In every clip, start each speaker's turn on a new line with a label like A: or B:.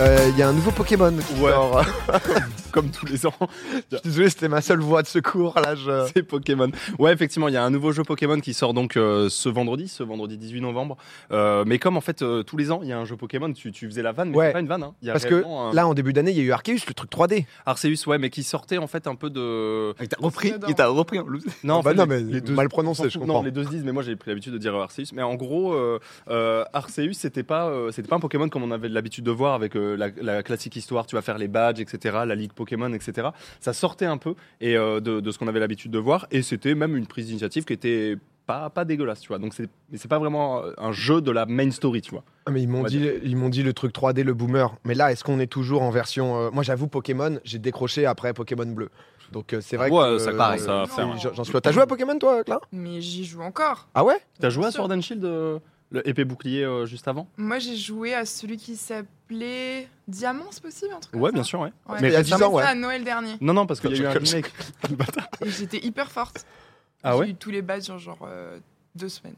A: euh, il y a un nouveau Pokémon qui
B: Ouais.
A: sort.
B: comme tous les ans.
A: Je suis désolé, c'était ma seule voix de secours. Là, je...
B: C'est Pokémon. Ouais, effectivement, il y a un nouveau jeu Pokémon qui sort donc euh, ce vendredi, ce vendredi 18 novembre. Euh, mais comme en fait, euh, tous les ans, il y a un jeu Pokémon, tu, tu faisais la vanne, mais
A: Ouais.
B: c'est pas une vanne. hein. Il y a
A: Parce que
B: réellement un-
A: là, en début d'année, il y a eu Arceus, le truc 3D.
B: Arceus, ouais, mais qui sortait en fait un peu de.
C: Il t'a repris, il t'a repris. en loose.
B: Non, en
A: bah
B: fait,
A: non,
B: les-
A: mais
B: les deux-
A: mal prononcé, je
B: Non,
A: comprends.
B: les deux se disent, mais moi j'ai pris l'habitude de dire euh, Arceus. Mais en gros, euh, euh, Arceus, c'était pas, euh, c'était pas un Pokémon comme on avait l'habitude de voir avec euh, la, la classique histoire. Tu vas faire les badges, etc., la ligue Pokémon, etc. Ça sortait un peu et euh, de, de ce qu'on avait l'habitude de voir. Et c'était même une prise d'initiative qui était pas, pas dégueulasse, tu vois. Donc c'est, mais c'est pas vraiment euh, un jeu de la main story, tu vois.
A: Ah, mais ils m'ont
B: Ouais.
A: dit, ils m'ont dit le truc 3D, le boomer. Mais là, est-ce qu'on est toujours en version euh, Moi, j'avoue, Pokémon, j'ai décroché après Pokémon bleu. Donc euh, c'est vrai
B: Ouais,
A: que
B: ça
A: euh,
B: pareil, ça,
A: c'est-
B: c'est un-
A: j'en suis. là. T'as joué à Pokémon toi, Claire
D: Mais j'y joue encore.
A: Ah ouais
B: T'as joué à
D: sûr.
B: Sword and Shield, euh, le épée bouclier euh, juste avant
D: Moi, j'ai joué à celui qui s'appelait Diamant, c'est possible un truc
B: Ouais,
D: comme
B: bien
D: ça
B: sûr, ouais.
D: Ouais.
A: Mais il y a 10
D: J'ai
A: ans,
D: joué ça
A: ouais.
D: à Noël dernier.
B: Non, non, parce qu'il y a eu un
A: Comme ça.
B: remake. Le bâtard.
D: Et J'étais hyper forte.
B: Ah ouais
D: J'ai eu tous les badges en genre euh, deux semaines.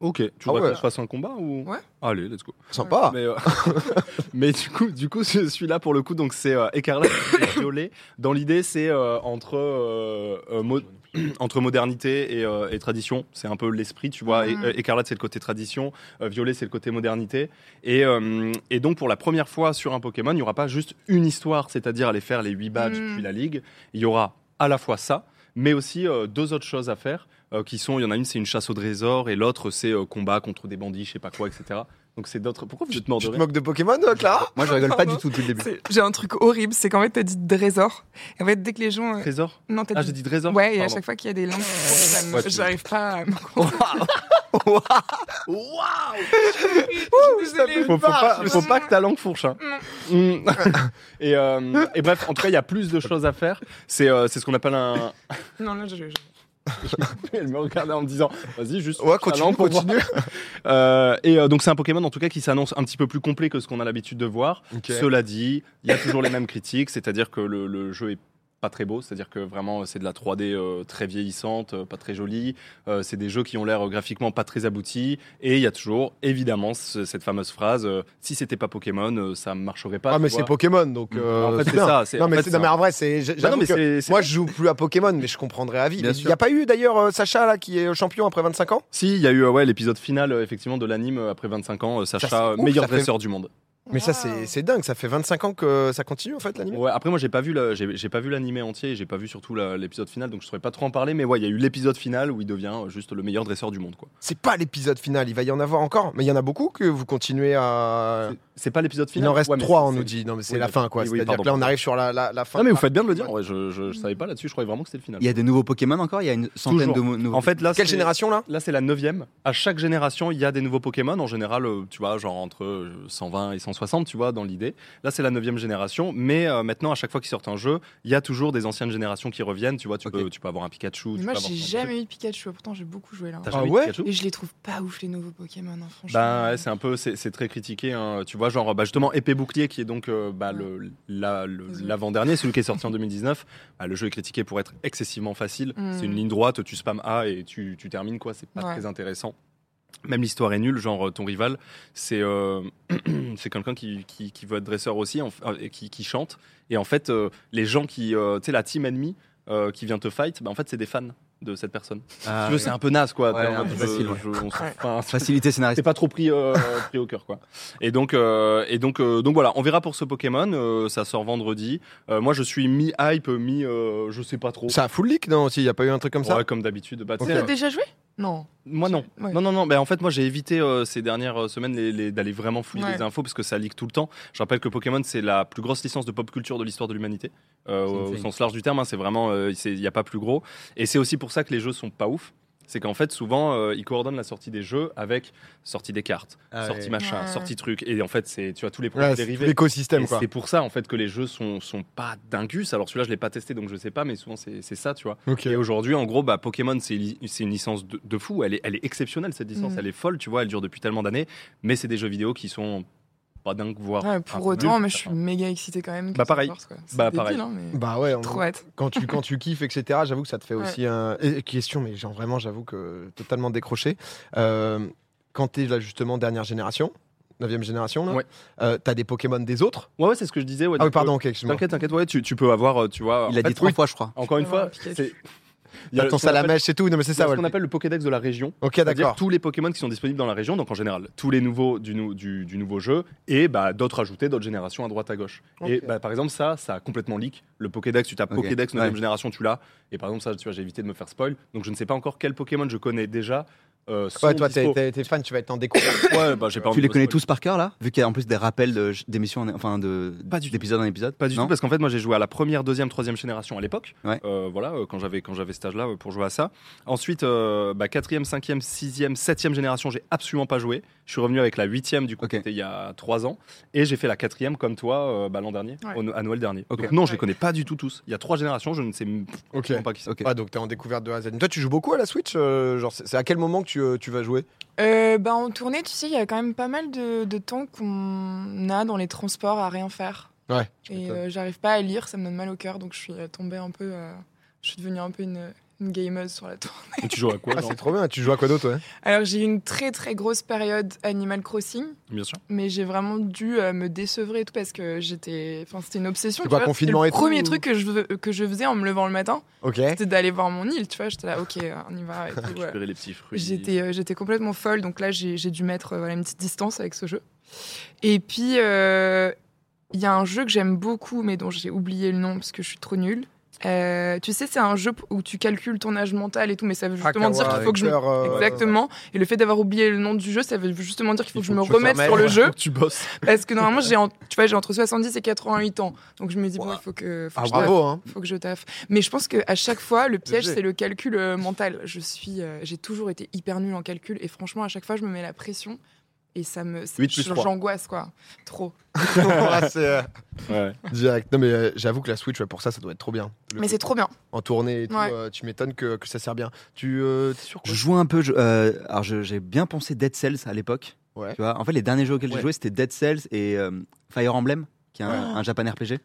B: Ok, tu
A: Ah
B: vois
A: ouais. Ah.
B: qu'on se fasse un combat ou
D: Ouais.
B: Allez, let's go.
A: Sympa.
B: Mais, euh, mais du coup, du coup, ce- celui-là pour le coup, donc c'est euh, écarlate et violet. Dans l'idée, c'est euh, entre euh, euh, mo- entre modernité et, euh, et tradition. C'est un peu l'esprit, tu vois. Et-
D: Mhm.
B: euh, écarlate, c'est le côté tradition. euh, violet, c'est le côté modernité. Et, euh, et donc pour la première fois sur un Pokémon, il n'y aura pas juste une histoire, c'est-à-dire aller faire les 8 badges
D: Mhm.
B: puis la ligue. Il y aura à la fois ça, mais aussi euh, deux autres choses à faire. euh, qui sont, il y en a une c'est une chasse au trésor et l'autre c'est euh, combat contre des bandits, je sais pas quoi, etc. Donc c'est d'autres. Pourquoi vous
A: Tu
B: êtes mort de
A: tu te
B: rire
A: moques de Pokémon, euh, Clara
C: Moi, je rigole pas du tout depuis le début.
D: C'est- J'ai un truc horrible, c'est qu'en fait, t'as dit trésor. Et en fait, dès que les gens. euh,
B: Trésor
D: Non, t'as
B: Ah,
D: dit.
B: j'ai dit trésor
D: Ouais, et à
B: Pardon.
D: chaque fois qu'il y a des langues, ça me-
B: Ouais, tu-
D: j'arrive pas à me
B: Faut, faut pas,
D: je
B: faut
D: sais.
B: pas que ta langue fourche. hein. Mm. et, euh, et bref, en tout cas, il y a plus de choses à faire. C'est euh, c'est ce qu'on appelle un.
D: Non, là, je. je-
B: Elle me regardait en me disant, vas-y, juste.
A: Ouais,
B: ta
A: continue,
B: langue pour voir.
A: continue.
B: Euh, et euh, donc, c'est un Pokémon en tout cas qui s'annonce un petit peu plus complet que ce qu'on a l'habitude de voir. Cela dit, il y a toujours les mêmes critiques, c'est-à-dire que le, le jeu est pas très beau, c'est-à-dire que vraiment c'est de la 3D euh, très vieillissante, euh, pas très jolie, Euh, c'est des jeux qui ont l'air euh, graphiquement pas très aboutis, et il y a toujours évidemment ce- cette fameuse phrase, euh, si c'était pas Pokémon, euh, ça marcherait pas.
A: Ah
B: tu
A: mais
B: vois.
A: c'est Pokémon, donc.
B: Mm.
A: euh,
B: En fait, c'est
A: bien.
B: ça, c'est-
A: Non
B: en
A: mais
B: fait,
A: c'est
B: c'est
A: non, mais en vrai, c'est.
B: Bah non,
A: j'avoue
B: mais
A: que
B: c'est- c'est-
A: Moi, je joue plus à Pokémon, mais je comprendrais à vie.
B: Bien
A: Mais Il
B: sûr.
A: n'y a pas eu d'ailleurs euh, Sacha là qui est euh, champion après 25 ans.
B: Si, il y a eu euh, ouais, l'épisode final euh, effectivement de l'anime euh, après 25 ans, euh, Sacha,
A: Ça, c'est
B: euh,
A: ouf,
B: meilleur
A: ça fait-
B: dresseur du monde.
A: Mais ça,
D: Wow.
A: c'est c'est dingue. Ça fait 25 ans que ça continue en fait l'anime.
B: Ouais, après moi j'ai pas vu la- j'ai j'ai pas vu l'animé entier, et j'ai pas vu surtout la- l'épisode final, donc je saurais pas trop en parler, mais ouais, il y a eu l'épisode final où il devient euh, juste le meilleur dresseur du monde quoi.
A: C'est pas l'épisode final. Il va y en avoir encore, mais il y en a beaucoup que vous continuez à.
B: C'est- C'est pas l'épisode
A: Il
B: final.
A: en reste
B: Ouais, mais
A: trois,
B: c'est-
A: on nous
B: c'est-
A: dit. Non, mais c'est
B: Oui,
A: la
B: d'accord.
A: fin, quoi.
B: Oui, oui,
A: C'est-à-dire
B: pardon.
A: que là, on arrive sur la, la, la fin.
B: Non, mais vous faites bien de le dire. Ouais, je, je, je savais pas là-dessus. Je croyais vraiment que c'était le final.
C: Il y a des nouveaux Pokémon encore Il y a une centaine
B: Toujours.
C: de nouveaux.
B: En fait, là,
A: Quelle
B: c'est-
A: génération, là
B: Là, c'est la neuvième. À chaque génération, il y a des nouveaux Pokémon. En général, euh, tu vois, genre entre euh, 120 et 160, tu vois, dans l'idée. Là, c'est la neuvième génération. Mais euh, maintenant, à chaque fois qu'ils sortent un jeu, il y a toujours des anciennes générations qui reviennent. Tu vois, tu,
C: Ok.
B: peux, tu peux avoir un Pikachu.
D: Mais
B: tu
D: moi,
B: peux avoir
D: j'ai
B: plein de
D: jamais eu de Pikachu, pourtant, j'ai beaucoup joué là.
B: trucs.
D: hein.
B: T'as
A: Ah
B: jamais eu
A: ouais
B: Pikachu
D: Et je les trouve pas ouf, les nouveaux Pokémon, hein, franchement.
B: Bah, ouais, c'est un peu, c'est c'est très critiqué, hein. tu vois, genre bah, justement épée bouclier qui est donc euh, bah, le- la- le-
D: Désolé.
B: l'avant-dernier, celui qui est sorti en 2019. Bah, le jeu est critiqué pour être excessivement facile.
D: Mm.
B: C'est une ligne droite, tu spams A et tu, tu termines quoi. C'est pas
D: Ouais.
B: très intéressant. Même l'histoire est nulle, genre euh, ton rival, c'est euh, c'est quelqu'un qui, qui, qui veut être dresseur aussi, en- euh, et qui, qui chante. Et en fait, euh, les gens qui, euh, tu sais, la team ennemie euh, qui vient te fight, bah, en fait, c'est des fans de cette personne.
C: Ah,
B: tu veux, c'est un peu naze quoi.
C: Ouais,
B: T'es en
C: un
B: mode,
C: peu
B: je-
C: facile, ouais.
B: je- on s'en-
D: Ouais.
B: enfin,
C: facilité
B: c'est
C: scénaristique.
B: pas trop pris, euh, pris au cœur quoi. Et donc euh, et donc euh, donc voilà, on verra pour ce Pokémon, euh, ça sort vendredi. Euh, moi je suis mi hype, mi euh, je sais pas trop.
A: Oh. Ça a full leak, non aussi Il n'y a pas eu un truc comme
B: Ouais,
A: ça
B: comme d'habitude. Bah, tu
A: Ok.
B: sais,
D: T'as
B: euh,
D: déjà joué Non.
B: moi non.
D: Ouais.
B: Non non non. Bah, en fait moi j'ai évité euh, ces dernières euh, semaines les- les- d'aller vraiment fouiller
D: Ouais.
B: les infos parce que ça leak tout le temps. Je rappelle que Pokémon c'est la plus grosse licence de pop culture de l'histoire de l'humanité euh,
C: C'est
B: au
C: insane.
B: sens large du terme. hein, c'est vraiment euh, c'est- il n'y a pas plus gros. Et c'est aussi pour ça que les jeux sont pas ouf. C'est qu'en fait souvent euh, ils coordonnent la sortie des jeux avec sortie des cartes,
C: Ah
B: sortie
C: ouais.
B: machin,
D: Ouais.
B: sortie truc. Et en fait c'est tu as tous les produits
A: Ouais, c'est
B: dérivés.
A: L'écosystème,
B: Et
A: quoi.
B: C'est pour ça en fait que les jeux sont, sont pas dingus. Alors celui-là je l'ai pas testé donc je sais pas mais souvent c'est c'est ça tu vois.
A: Ok.
B: Et aujourd'hui en gros bah, Pokémon c'est li- c'est une licence de, de fou. Elle est, elle est exceptionnelle cette licence.
D: Mhm.
B: Elle est folle tu vois. Elle dure depuis tellement d'années mais c'est des jeux vidéo qui sont pas dingues voire.
D: Ouais,
B: un
D: Ah,
A: Ah,
D: pour
B: peu
D: autant,
B: nuls.
D: mais je suis méga excitée quand même. que
B: Bah,
D: ça
B: pareil.
D: sorte, quoi. C'est
B: Bah,
D: débile,
B: pareil.
D: hein, mais-
A: Bah ouais, on-
D: Trop hâte.
A: quand, tu, quand tu kiffes, etc., j'avoue que ça te fait
D: Ouais.
A: aussi un. et- question, mais genre vraiment, j'avoue que totalement décroché. Euh, quand t'es là, justement, dernière génération, 9ème génération, là,
B: Ouais.
A: euh, t'as des Pokémon des autres.
B: Ouais, ouais, c'est ce que je disais. ouais,
A: Ah
B: tu
A: oui,
B: peux-
A: pardon, ok, excuse-moi.
B: T'inquiète, t'inquiète, ouais, tu, tu peux avoir, euh, tu vois.
C: Il
B: en
C: a
B: fait,
C: dit trois
B: oui,
C: fois, je crois.
B: Encore une
D: avoir un
B: fois,
D: Pikachu.
B: c'est. il y a
A: T'as ton
B: ce qu'on appelle-
A: salamèche et tout, non mais c'est
B: il y a
A: ça,
B: ce
A: ouais.
B: qu'on appelle le Pokédex de la région.
A: Ok,
B: C'est-à-dire
A: d'accord.
B: tous les Pokémon qui sont disponibles dans la région, donc en général tous les nouveaux du, nou- du, du nouveau jeu, et bah, d'autres ajoutés, d'autres générations à droite à gauche.
A: Ok.
B: Et bah, par exemple, ça, ça a complètement leak. Le Pokédex, tu tapes
C: Ok.
B: Pokédex 9
C: Ouais.
B: génération, tu l'as. Et par exemple, ça, tu vois, j'ai évité de me faire spoil. Donc je ne sais pas encore quel Pokémon je connais déjà. Euh, sont
A: Ouais, toi, t'es-
B: dispo.
A: t'es t'es fan, tu vas être en découverte.
B: Ouais, bah, j'ai pas
C: Tu
B: envie
C: les
B: de
C: connais
B: spoil.
C: tous par cœur là Vu qu'il y a en plus des rappels de- d'émissions, en- enfin de
B: Pas du tout.
C: d'épisode en épisode.
B: Pas du
C: non
B: tout, parce qu'en fait, moi, j'ai joué à la première, deuxième, troisième génération à l'époque.
C: Ouais.
B: Euh, voilà, euh, quand j'avais quand j'avais cet âge-là euh, pour jouer à ça. Ensuite, euh, bah, quatrième, cinquième, sixième, septième génération, j'ai absolument pas joué. Je suis revenu avec la huitième du coup,
C: Ok.
B: qui était il y a trois ans, et j'ai fait la quatrième comme toi euh, bah, l'an dernier,
D: Ouais.
B: au no- à Noël dernier.
C: Ok.
B: Donc, non, je les
D: Ouais.
B: connais pas du tout tous. Il y a trois générations, je ne sais même
A: ok.
B: pas qui c'est.
C: Ok.
A: Ouais, Ah, donc t'es en découverte de A à Z. Toi, tu joues beaucoup à la Switch euh, Genre, c'est c'est à quel moment que tu, euh, tu vas jouer
D: Euh, bah, en tournée, tu sais, il y a quand même pas mal de, de temps qu'on a dans les transports à rien faire.
A: Ouais.
D: Et euh, j'arrive pas à lire, ça me donne mal au cœur, donc je suis euh, tombée un peu. euh, je suis devenue un peu une, une gameuse sur la tour.
B: Et tu joues à quoi
A: Ah,
B: genre
A: c'est trop bien. Tu joues à quoi d'autre ouais
D: Alors j'ai eu une très très grosse période Animal Crossing,
B: Bien sûr.
D: mais j'ai vraiment dû euh, me décevrer et tout parce que j'étais. Enfin, c'était une obsession.
A: C'est
D: tu
A: quoi,
D: vois,
A: confinement
D: c'était
A: et
D: Le
A: tout,
D: premier
A: ou-
D: truc que je, veux- que je faisais en me levant le matin,
A: Ok.
D: c'était d'aller voir mon île, tu vois. J'étais là, ok, on y va. et tout, ouais.
B: Récupérer les petits fruits.
D: J'étais, euh, j'étais complètement folle, donc là j'ai, j'ai dû mettre euh, voilà, une petite distance avec ce jeu. Et puis euh, il y a un jeu que j'aime beaucoup, mais dont j'ai oublié le nom parce que je suis trop nulle. Euh, tu sais, c'est un jeu p- où tu calcules ton âge mental et tout, mais ça veut justement dire qu'il faut que je me...
A: euh,
D: Exactement. Et le fait d'avoir oublié le nom du jeu, ça veut justement dire qu'il faut
A: Il
D: que
A: faut
D: je me
A: que tu te
D: remette
A: remettes,
D: sur le
A: ouais.
D: jeu,
B: Tu bosses.
D: parce que normalement j'ai, en- tu vois, j'ai entre 70 et 88 ans, donc je me dis bon,
A: Ouah.
D: il faut que, faut
A: Ah,
D: que je taffe,
A: bravo, hein.
D: faut que je taffe. Mais je pense que à chaque fois, le piège
A: Obligé.
D: c'est le calcul euh, mental. Je suis, euh, j'ai toujours été hyper nulle en calcul, et franchement à chaque fois je me mets la pression. Et ça me.
B: Huit plus trois.
D: J'angoisse, quoi. Trop.
A: Ah, c'est, euh,
B: Ouais.
A: Direct. Non, mais euh, j'avoue que la Switch, ouais, pour ça, ça doit être trop bien. Le
D: Mais
A: coup,
D: c'est trop bien.
A: En tournée et tout,
D: Ouais.
A: euh, tu m'étonnes que, que ça sert bien. Tu. euh, T'es sûr
C: Je joue un peu. je- euh, alors je- j'ai bien pensé Dead Cells à l'époque.
A: Ouais.
C: Tu vois, en fait, les derniers jeux auxquels
B: Ouais.
C: j'ai joué, c'était Dead Cells et euh, Fire Emblem, qui est un,
D: Ouais.
C: un Japan RPG.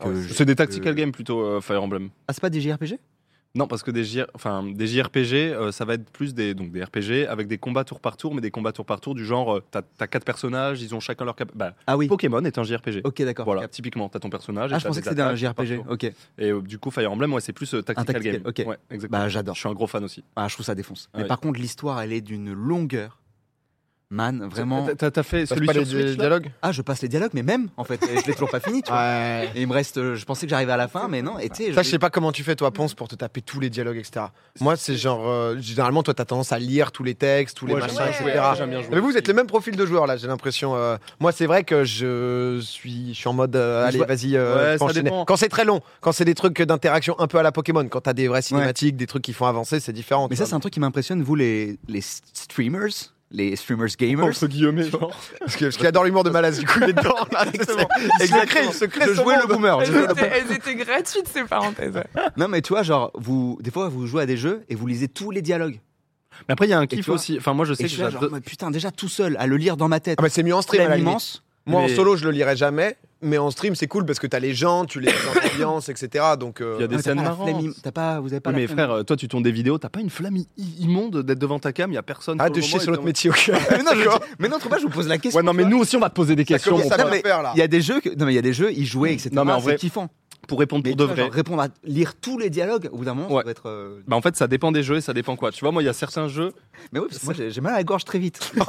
A: Ah ouais,
C: que je-
B: C'est des tactical
C: Euh,
B: games plutôt, euh, Fire Emblem.
C: Ah, c'est pas des JRPG
B: Non, parce que des, JR enfin, des JRPG, euh, ça va être plus des, donc des RPG avec des combats tour par tour, mais des combats tour par tour du genre, euh, t'as as quatre personnages, ils ont chacun leur cap. Bah,
C: Ah oui.
B: Pokémon est un JRPG.
C: Ok, d'accord.
B: Voilà, typiquement, t'as ton personnage. et
C: Ah, je
B: t'as
C: pensais
B: des
C: que c'était un
B: attaques tour par
C: JRPG.
B: tour.
C: Ok.
B: Et euh, du coup, Fire Emblem, ouais, c'est plus euh, tactical, game.
C: tactical, ok.
B: Ouais, exactement.
C: Bah,
B: je
C: j'adore.
B: suis un gros fan aussi.
C: Ah, je trouve ça défonce.
B: Ah ouais.
C: Mais par contre, l'histoire, elle est d'une longueur. Man, vraiment.
B: T'as- T'as t'as fait
A: Passe
B: celui
A: pas
B: sur
A: les di-
B: Switch là
A: dialogues
C: Ah, je passe les dialogues, mais même, en fait, je l'ai toujours pas fini, tu vois.
A: Ouais.
C: Et il me reste, euh, je pensais que j'arrivais à la fin, mais non. Et tu sais,
A: Ça,
C: je-
A: je sais pas comment tu fais, toi, Ponce, pour te taper tous les dialogues, etc. Moi, c'est genre. euh, généralement, toi, t'as tendance à lire tous les textes, tous les
B: Ouais, j'aime
A: machins,
B: bien
A: etc.
B: jouer,
D: ouais,
B: j'aime bien jouer.
A: Mais vous, vous êtes le même profil de joueur là, j'ai l'impression. euh, moi, c'est vrai que je suis, je suis en mode, euh,
B: Je
A: allez,
B: vois-
A: vas-y, euh,
B: Ouais, ça
A: enchaînez.
B: dépend.
A: Quand c'est très long, quand c'est des trucs d'interaction un peu à la Pokémon, quand t'as des vraies cinématiques, des trucs qui font avancer, c'est différent.
C: Mais
A: tu
C: ça, c'est
A: vois.
C: un truc qui m'impressionne, vous, les, les streamers, les streamers gamers.
B: Entre guillemets, genre.
A: parce que- parce qu'il adore l'humour de Malas, du coup, il est dedans. Là,
C: Exactement.
A: Il se crée, il se crée son monde.
C: boomer.
D: Elles étaient, elles étaient gratuites, ces parenthèses.
C: Non, mais tu vois, genre, vous, des fois, vous jouez à des jeux et vous lisez tous les dialogues.
B: Mais après, il y a un
C: tu
B: kiff
C: vois,
B: aussi. Enfin, moi, je sais
C: Et
B: que
C: je suis là, genre,
B: j'adore.
C: mais putain, déjà tout seul, à le lire dans ma tête.
A: Ah, mais c'est mieux en stream, à la
C: tellement
A: limite.
C: immense.
A: Moi, en
B: Mais-
A: solo, je le lirai jamais, mais en stream, c'est cool parce que t'as les gens, tu les mets dans l'ambiance, etc. Donc, euh,
B: Il y a des
C: Ouais, Ah, t'as
B: scènes
C: pas la
B: marrantes.
C: flemme im- T'as pas, vous avez pas
B: Ouais,
C: la
B: mais
C: flemme.
B: frère, euh, toi tu tournes des vidéos, t'as pas une flamme i- i- immonde d'être devant ta cam, y a personne.
C: Ah,
A: arrête
B: pour
A: de
B: le
A: chier
B: moment,
A: sur
B: et
A: notre métier,
B: t'es-
A: ok.
C: mais non, je, mais non, trop pas, je vous pose la question.
B: Ouais, non, mais nous aussi on va te poser des
A: Ça
B: questions.
A: commence
B: mon
A: à
B: pote.
A: bien faire là.
C: Il y a des jeux, que, non, mais il y a des jeux, ils jouaient, etc.
B: Non, mais en
C: c'est
B: vrai,
C: kiffant.
B: Pour répondre
C: Mais
B: pour de
C: tu vois,
B: vrai.
C: genre, répondre à lire tous les dialogues, au bout d'un moment,
B: Ouais.
C: ça doit être. euh,
B: Bah en fait ça dépend des jeux et ça dépend quoi. Tu vois moi il y a certains jeux.
C: Mais oui, parce que moi j'ai j'ai mal à la gorge très vite.
B: Oh,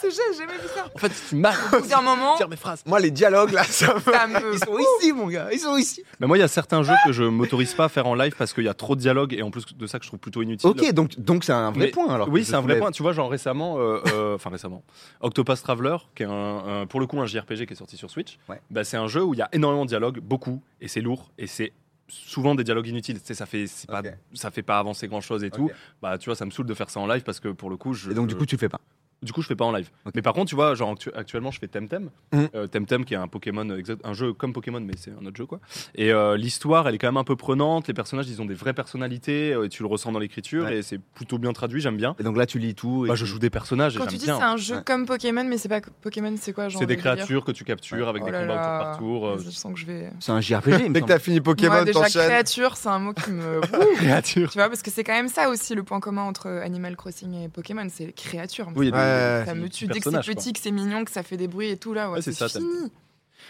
D: ce jeu, j'ai jamais vu ça.
B: En fait tu marres
D: Au bout d'un moment,
B: dire mes phrases.
A: Moi, les dialogues là, ça me.
D: ça me.
C: Ils sont ici, mon gars, ils sont ici.
B: Mais moi il y a certains jeux que je m'autorise pas à faire en live parce qu'il y a trop de dialogue et en plus de ça que je trouve plutôt inutile.
C: Ok, donc donc c'est un vrai
B: Mais-
C: point alors.
B: Oui,
C: que je
B: c'est un vrai
C: trouvais-
B: point. Tu vois, genre récemment, euh, euh, enfin récemment, Octopus Traveler, qui est un, un- pour le coup un JRPG qui est sorti sur Switch,
C: Ouais.
B: bah, c'est un jeu où il y a énormément de dialogues, beaucoup, et c'est lourd, et c'est souvent des dialogues inutiles. Tu sais, ça fait, c'est pas,
C: Ok.
B: ça fait pas avancer grand chose et tout.
C: Ok.
B: Bah, tu vois, ça me saoule de faire ça en live parce que pour le coup, je.
C: Et donc du
B: je-
C: coup tu le fais pas.
B: du coup, je fais pas en live.
C: Ok.
B: Mais par contre, tu vois, genre actu- actuellement, je fais Temtem.
A: Mm.
B: Euh, Temtem, qui est un Pokémon, euh, exact- un jeu comme Pokémon, mais c'est un autre jeu, quoi. Et euh, l'histoire, elle est quand même un peu prenante. Les personnages, ils ont des vraies personnalités, euh, et tu le ressens dans l'écriture,
C: Ouais.
B: et c'est plutôt bien traduit. J'aime bien.
C: Et donc là tu lis tout. Et
B: Bah, je joue des personnages, et
D: Quand
B: j'aime
D: tu dis c'est
B: bien.
D: un jeu
C: Ouais.
D: comme Pokémon, mais c'est pas Pokémon, c'est quoi genre
B: C'est des
D: le délire
B: créatures que tu captures avec
D: Oh
B: des
D: là
B: combats
D: là,
B: au tour par tour. euh,
D: Je sens que je vais.
C: C'est un JRPG. il me
A: Dès que
C: semble.
A: t'as fini
D: Moi,
A: Pokémon,
D: déjà,
A: t'enchaînes.
D: créature, c'est un mot qui me.
B: créatures.
D: Tu vois, parce que c'est quand même ça aussi le point commun entre Animal Crossing et Pokémon, c'est les créatures.
B: Oui, il y a des
A: Ouais.
D: Ça me
B: petit
D: tue. Dès que c'est
B: personnage, quoi.
D: petit, que c'est mignon, que ça fait des bruits et tout, là, ouais,
B: Ouais, c'est
D: c'est
B: ça, t'as-
D: fini.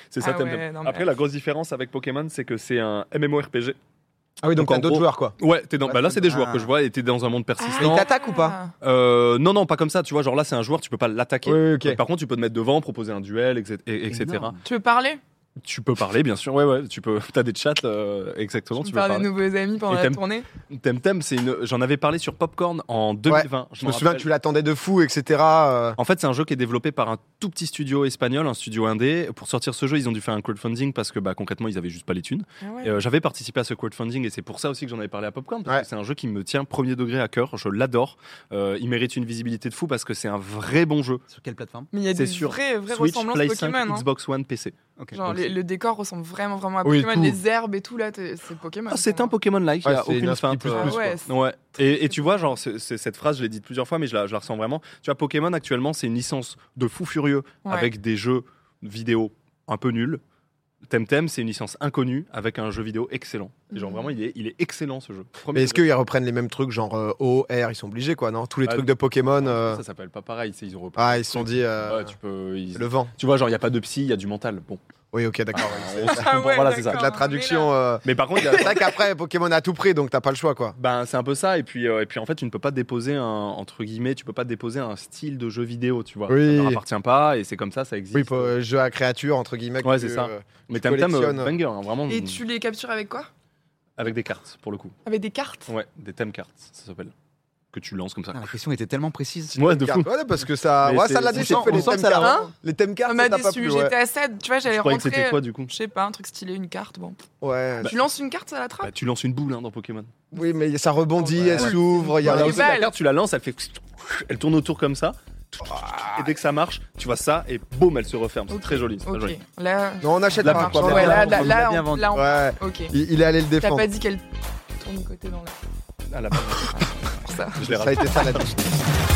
B: C'est ça,
D: Ah
B: Temtem.
D: ouais, non, mais-
B: Après, la grosse différence avec Pokémon, c'est que c'est un MMORPG.
A: Ah oui, donc
B: Donc,
A: t'as
B: en
A: d'autres
B: gros-
A: joueurs, quoi.
B: Ouais, t'es dans...
A: Ouais,
B: bah, là,
A: c'est-
B: c'est des joueurs
C: ah.
B: que je vois et t'es dans un monde
A: Mais
D: Ah
B: persistant.
A: il t'attaque ou pas
B: Euh, non, non, pas comme ça. Tu vois, genre là, c'est un joueur, tu peux pas l'attaquer.
A: Oui, oui,
B: Mais
A: ok.
B: Par contre, tu peux te mettre devant, proposer un duel, etc. et- etc.
C: Énorme.
D: Tu veux parler
B: Tu peux parler, bien sûr. Ouais, ouais. Tu peux. T'as des chats, euh, exactement.
D: Tu
B: Tu
D: veux
B: peux
D: faire des
B: parler.
D: nouveaux amis pendant
B: Et
D: la
B: t'aimes-
D: tournée
B: Temtem, c'est une. J'en avais parlé sur Popcorn en 2020.
A: Je me souviens que tu l'attendais de fou, etc. euh,
B: En fait, c'est un jeu qui est développé par un tout petit studio espagnol, un studio indé. Pour sortir ce jeu, ils ont dû faire un crowdfunding parce que bah, concrètement, ils avaient juste pas les thunes.
D: Ah ouais.
B: Et, euh, J'avais participé à ce crowdfunding et c'est pour ça aussi que j'en avais parlé à Popcorn parce
A: Ouais.
B: que c'est un jeu qui me tient premier degré à cœur. Je l'adore. Euh, il mérite une visibilité de fou parce que c'est un vrai bon jeu.
C: Sur quelle plateforme
D: Mais il y a
B: c'est
D: des
B: sur
D: vraies, vraies
B: Switch,
D: ressemblances
B: Play 5,
D: Pokémon. hein.
B: Xbox One, PC.
C: Ok.
D: Genre,
C: Donc,
D: les- le décor ressemble vraiment, vraiment à
A: Oui,
D: Pokémon.
A: tout.
D: Les herbes et tout, là, t'es- c'est Pokémon.
B: Ah, c'est un Pokémon-like, il
A: Ouais,
B: n'y a
A: c'est une
B: aucune
A: inspi
B: feinte.
A: plus
B: euh,
A: plus,
D: Ah ouais,
A: quoi.
D: c'est-
B: Ouais. Et, et tu vois, genre, c'est- c'est- cette phrase, je l'ai dite plusieurs fois, mais je la, je la ressens vraiment. Tu vois, Pokémon, actuellement, c'est une licence de fou furieux
D: Ouais.
B: avec des jeux vidéo un peu nuls. Temtem, c'est une licence inconnue avec un jeu vidéo excellent. Et genre,
D: Mhm.
B: vraiment, il est, il est excellent ce jeu. Premier
A: Mais est-ce
B: jeu.
A: qu'ils reprennent les mêmes trucs, genre euh, O, R, ils sont obligés, quoi, non Tous les
B: Ah,
A: trucs de Pokémon. euh,
B: Ça s'appelle pas pareil, c'est- ils ont repris.
A: Ah, ils se sont dit. euh,
B: Ouais, tu, peux, ils-
A: Le vent.
B: tu vois, genre, il n'y a pas de psy, il y a du mental. Bon,
A: Oui, ok, d'accord.
B: on se
D: Ah
B: comprend,
D: ouais,
B: voilà, c'est ça.
D: d'accord.
A: De la traduction. euh,
B: Mais par contre, il y a-
A: C'est vrai qu'après, Pokémon à tout prix, donc t'as pas le choix, quoi.
B: Ben, c'est un peu ça, et puis, euh, et puis en fait, tu ne peux pas déposer un, entre guillemets, tu peux pas déposer un style de jeu vidéo, tu vois.
A: Oui.
B: Ça leur appartient pas, et c'est comme ça, ça existe.
A: Oui, pour, euh, jeu à créature, entre guillemets.
B: Ouais,
A: que,
B: c'est ça.
A: euh,
B: Mais
A: tu
B: Tam Tam, euh,
A: collectionnes.
B: banger, hein, vraiment.
D: Et tu les captures avec quoi
B: Avec des cartes, pour le coup.
D: Avec des cartes
B: Ouais, des thème cartes, ça s'appelle. Que tu lances comme ça.
C: Ah, la question était tellement précise.
B: Ouais, de
A: carte.
B: fou.
A: Ouais, parce que ça.
B: Mais
A: Ouais,
B: c'est-
A: ça l'a
B: on
A: déçu.
B: sent-
A: fait
B: on
A: Les
B: sent que
A: thème
B: ça l'a-
A: cartes.
D: Hein
A: Les thème
D: Ça
A: cartes,
D: m'a
A: ça t'a pas
D: déçu,
A: plu. ouais.
D: j'étais à 7. Tu vois, j'allais
B: Je croyais que
D: rentrer. euh,
B: c'était quoi, du coup
D: Je sais pas, un truc stylé, une carte. Bon.
A: Ouais.
D: tu lances une carte, ça l'attrape
B: Bah, Tu lances une boule hein, dans Pokémon.
A: Oui, mais ça rebondit,
D: Ouais.
A: elle s'ouvre, il y a
D: Voilà,
A: un-
D: Les
B: Bah, aussi, ta
D: balles.
B: carte, tu la lances, elle fait. Elle tourne autour comme ça. Et dès que ça marche, tu vois ça, et boum, elle se referme. C'est
D: Ok,
B: très joli. c'est très
D: Ok.
B: joli.
D: Là,
A: Non, on achète
B: La
A: pas.
B: marche,
A: pas
B: ouais,
A: mal.
D: ouais, là, là,
C: on
D: là,
C: l'a bien
D: on-
C: vendu.
D: là, on-
A: Ouais.
D: Ok.
A: Il, il est allé le
D: T'as
A: défendre.
D: pas dit qu'elle tourne du côté dans la.
B: Ah, la barre.
D: Ça.
B: Je l'ai
A: Ça a été ça la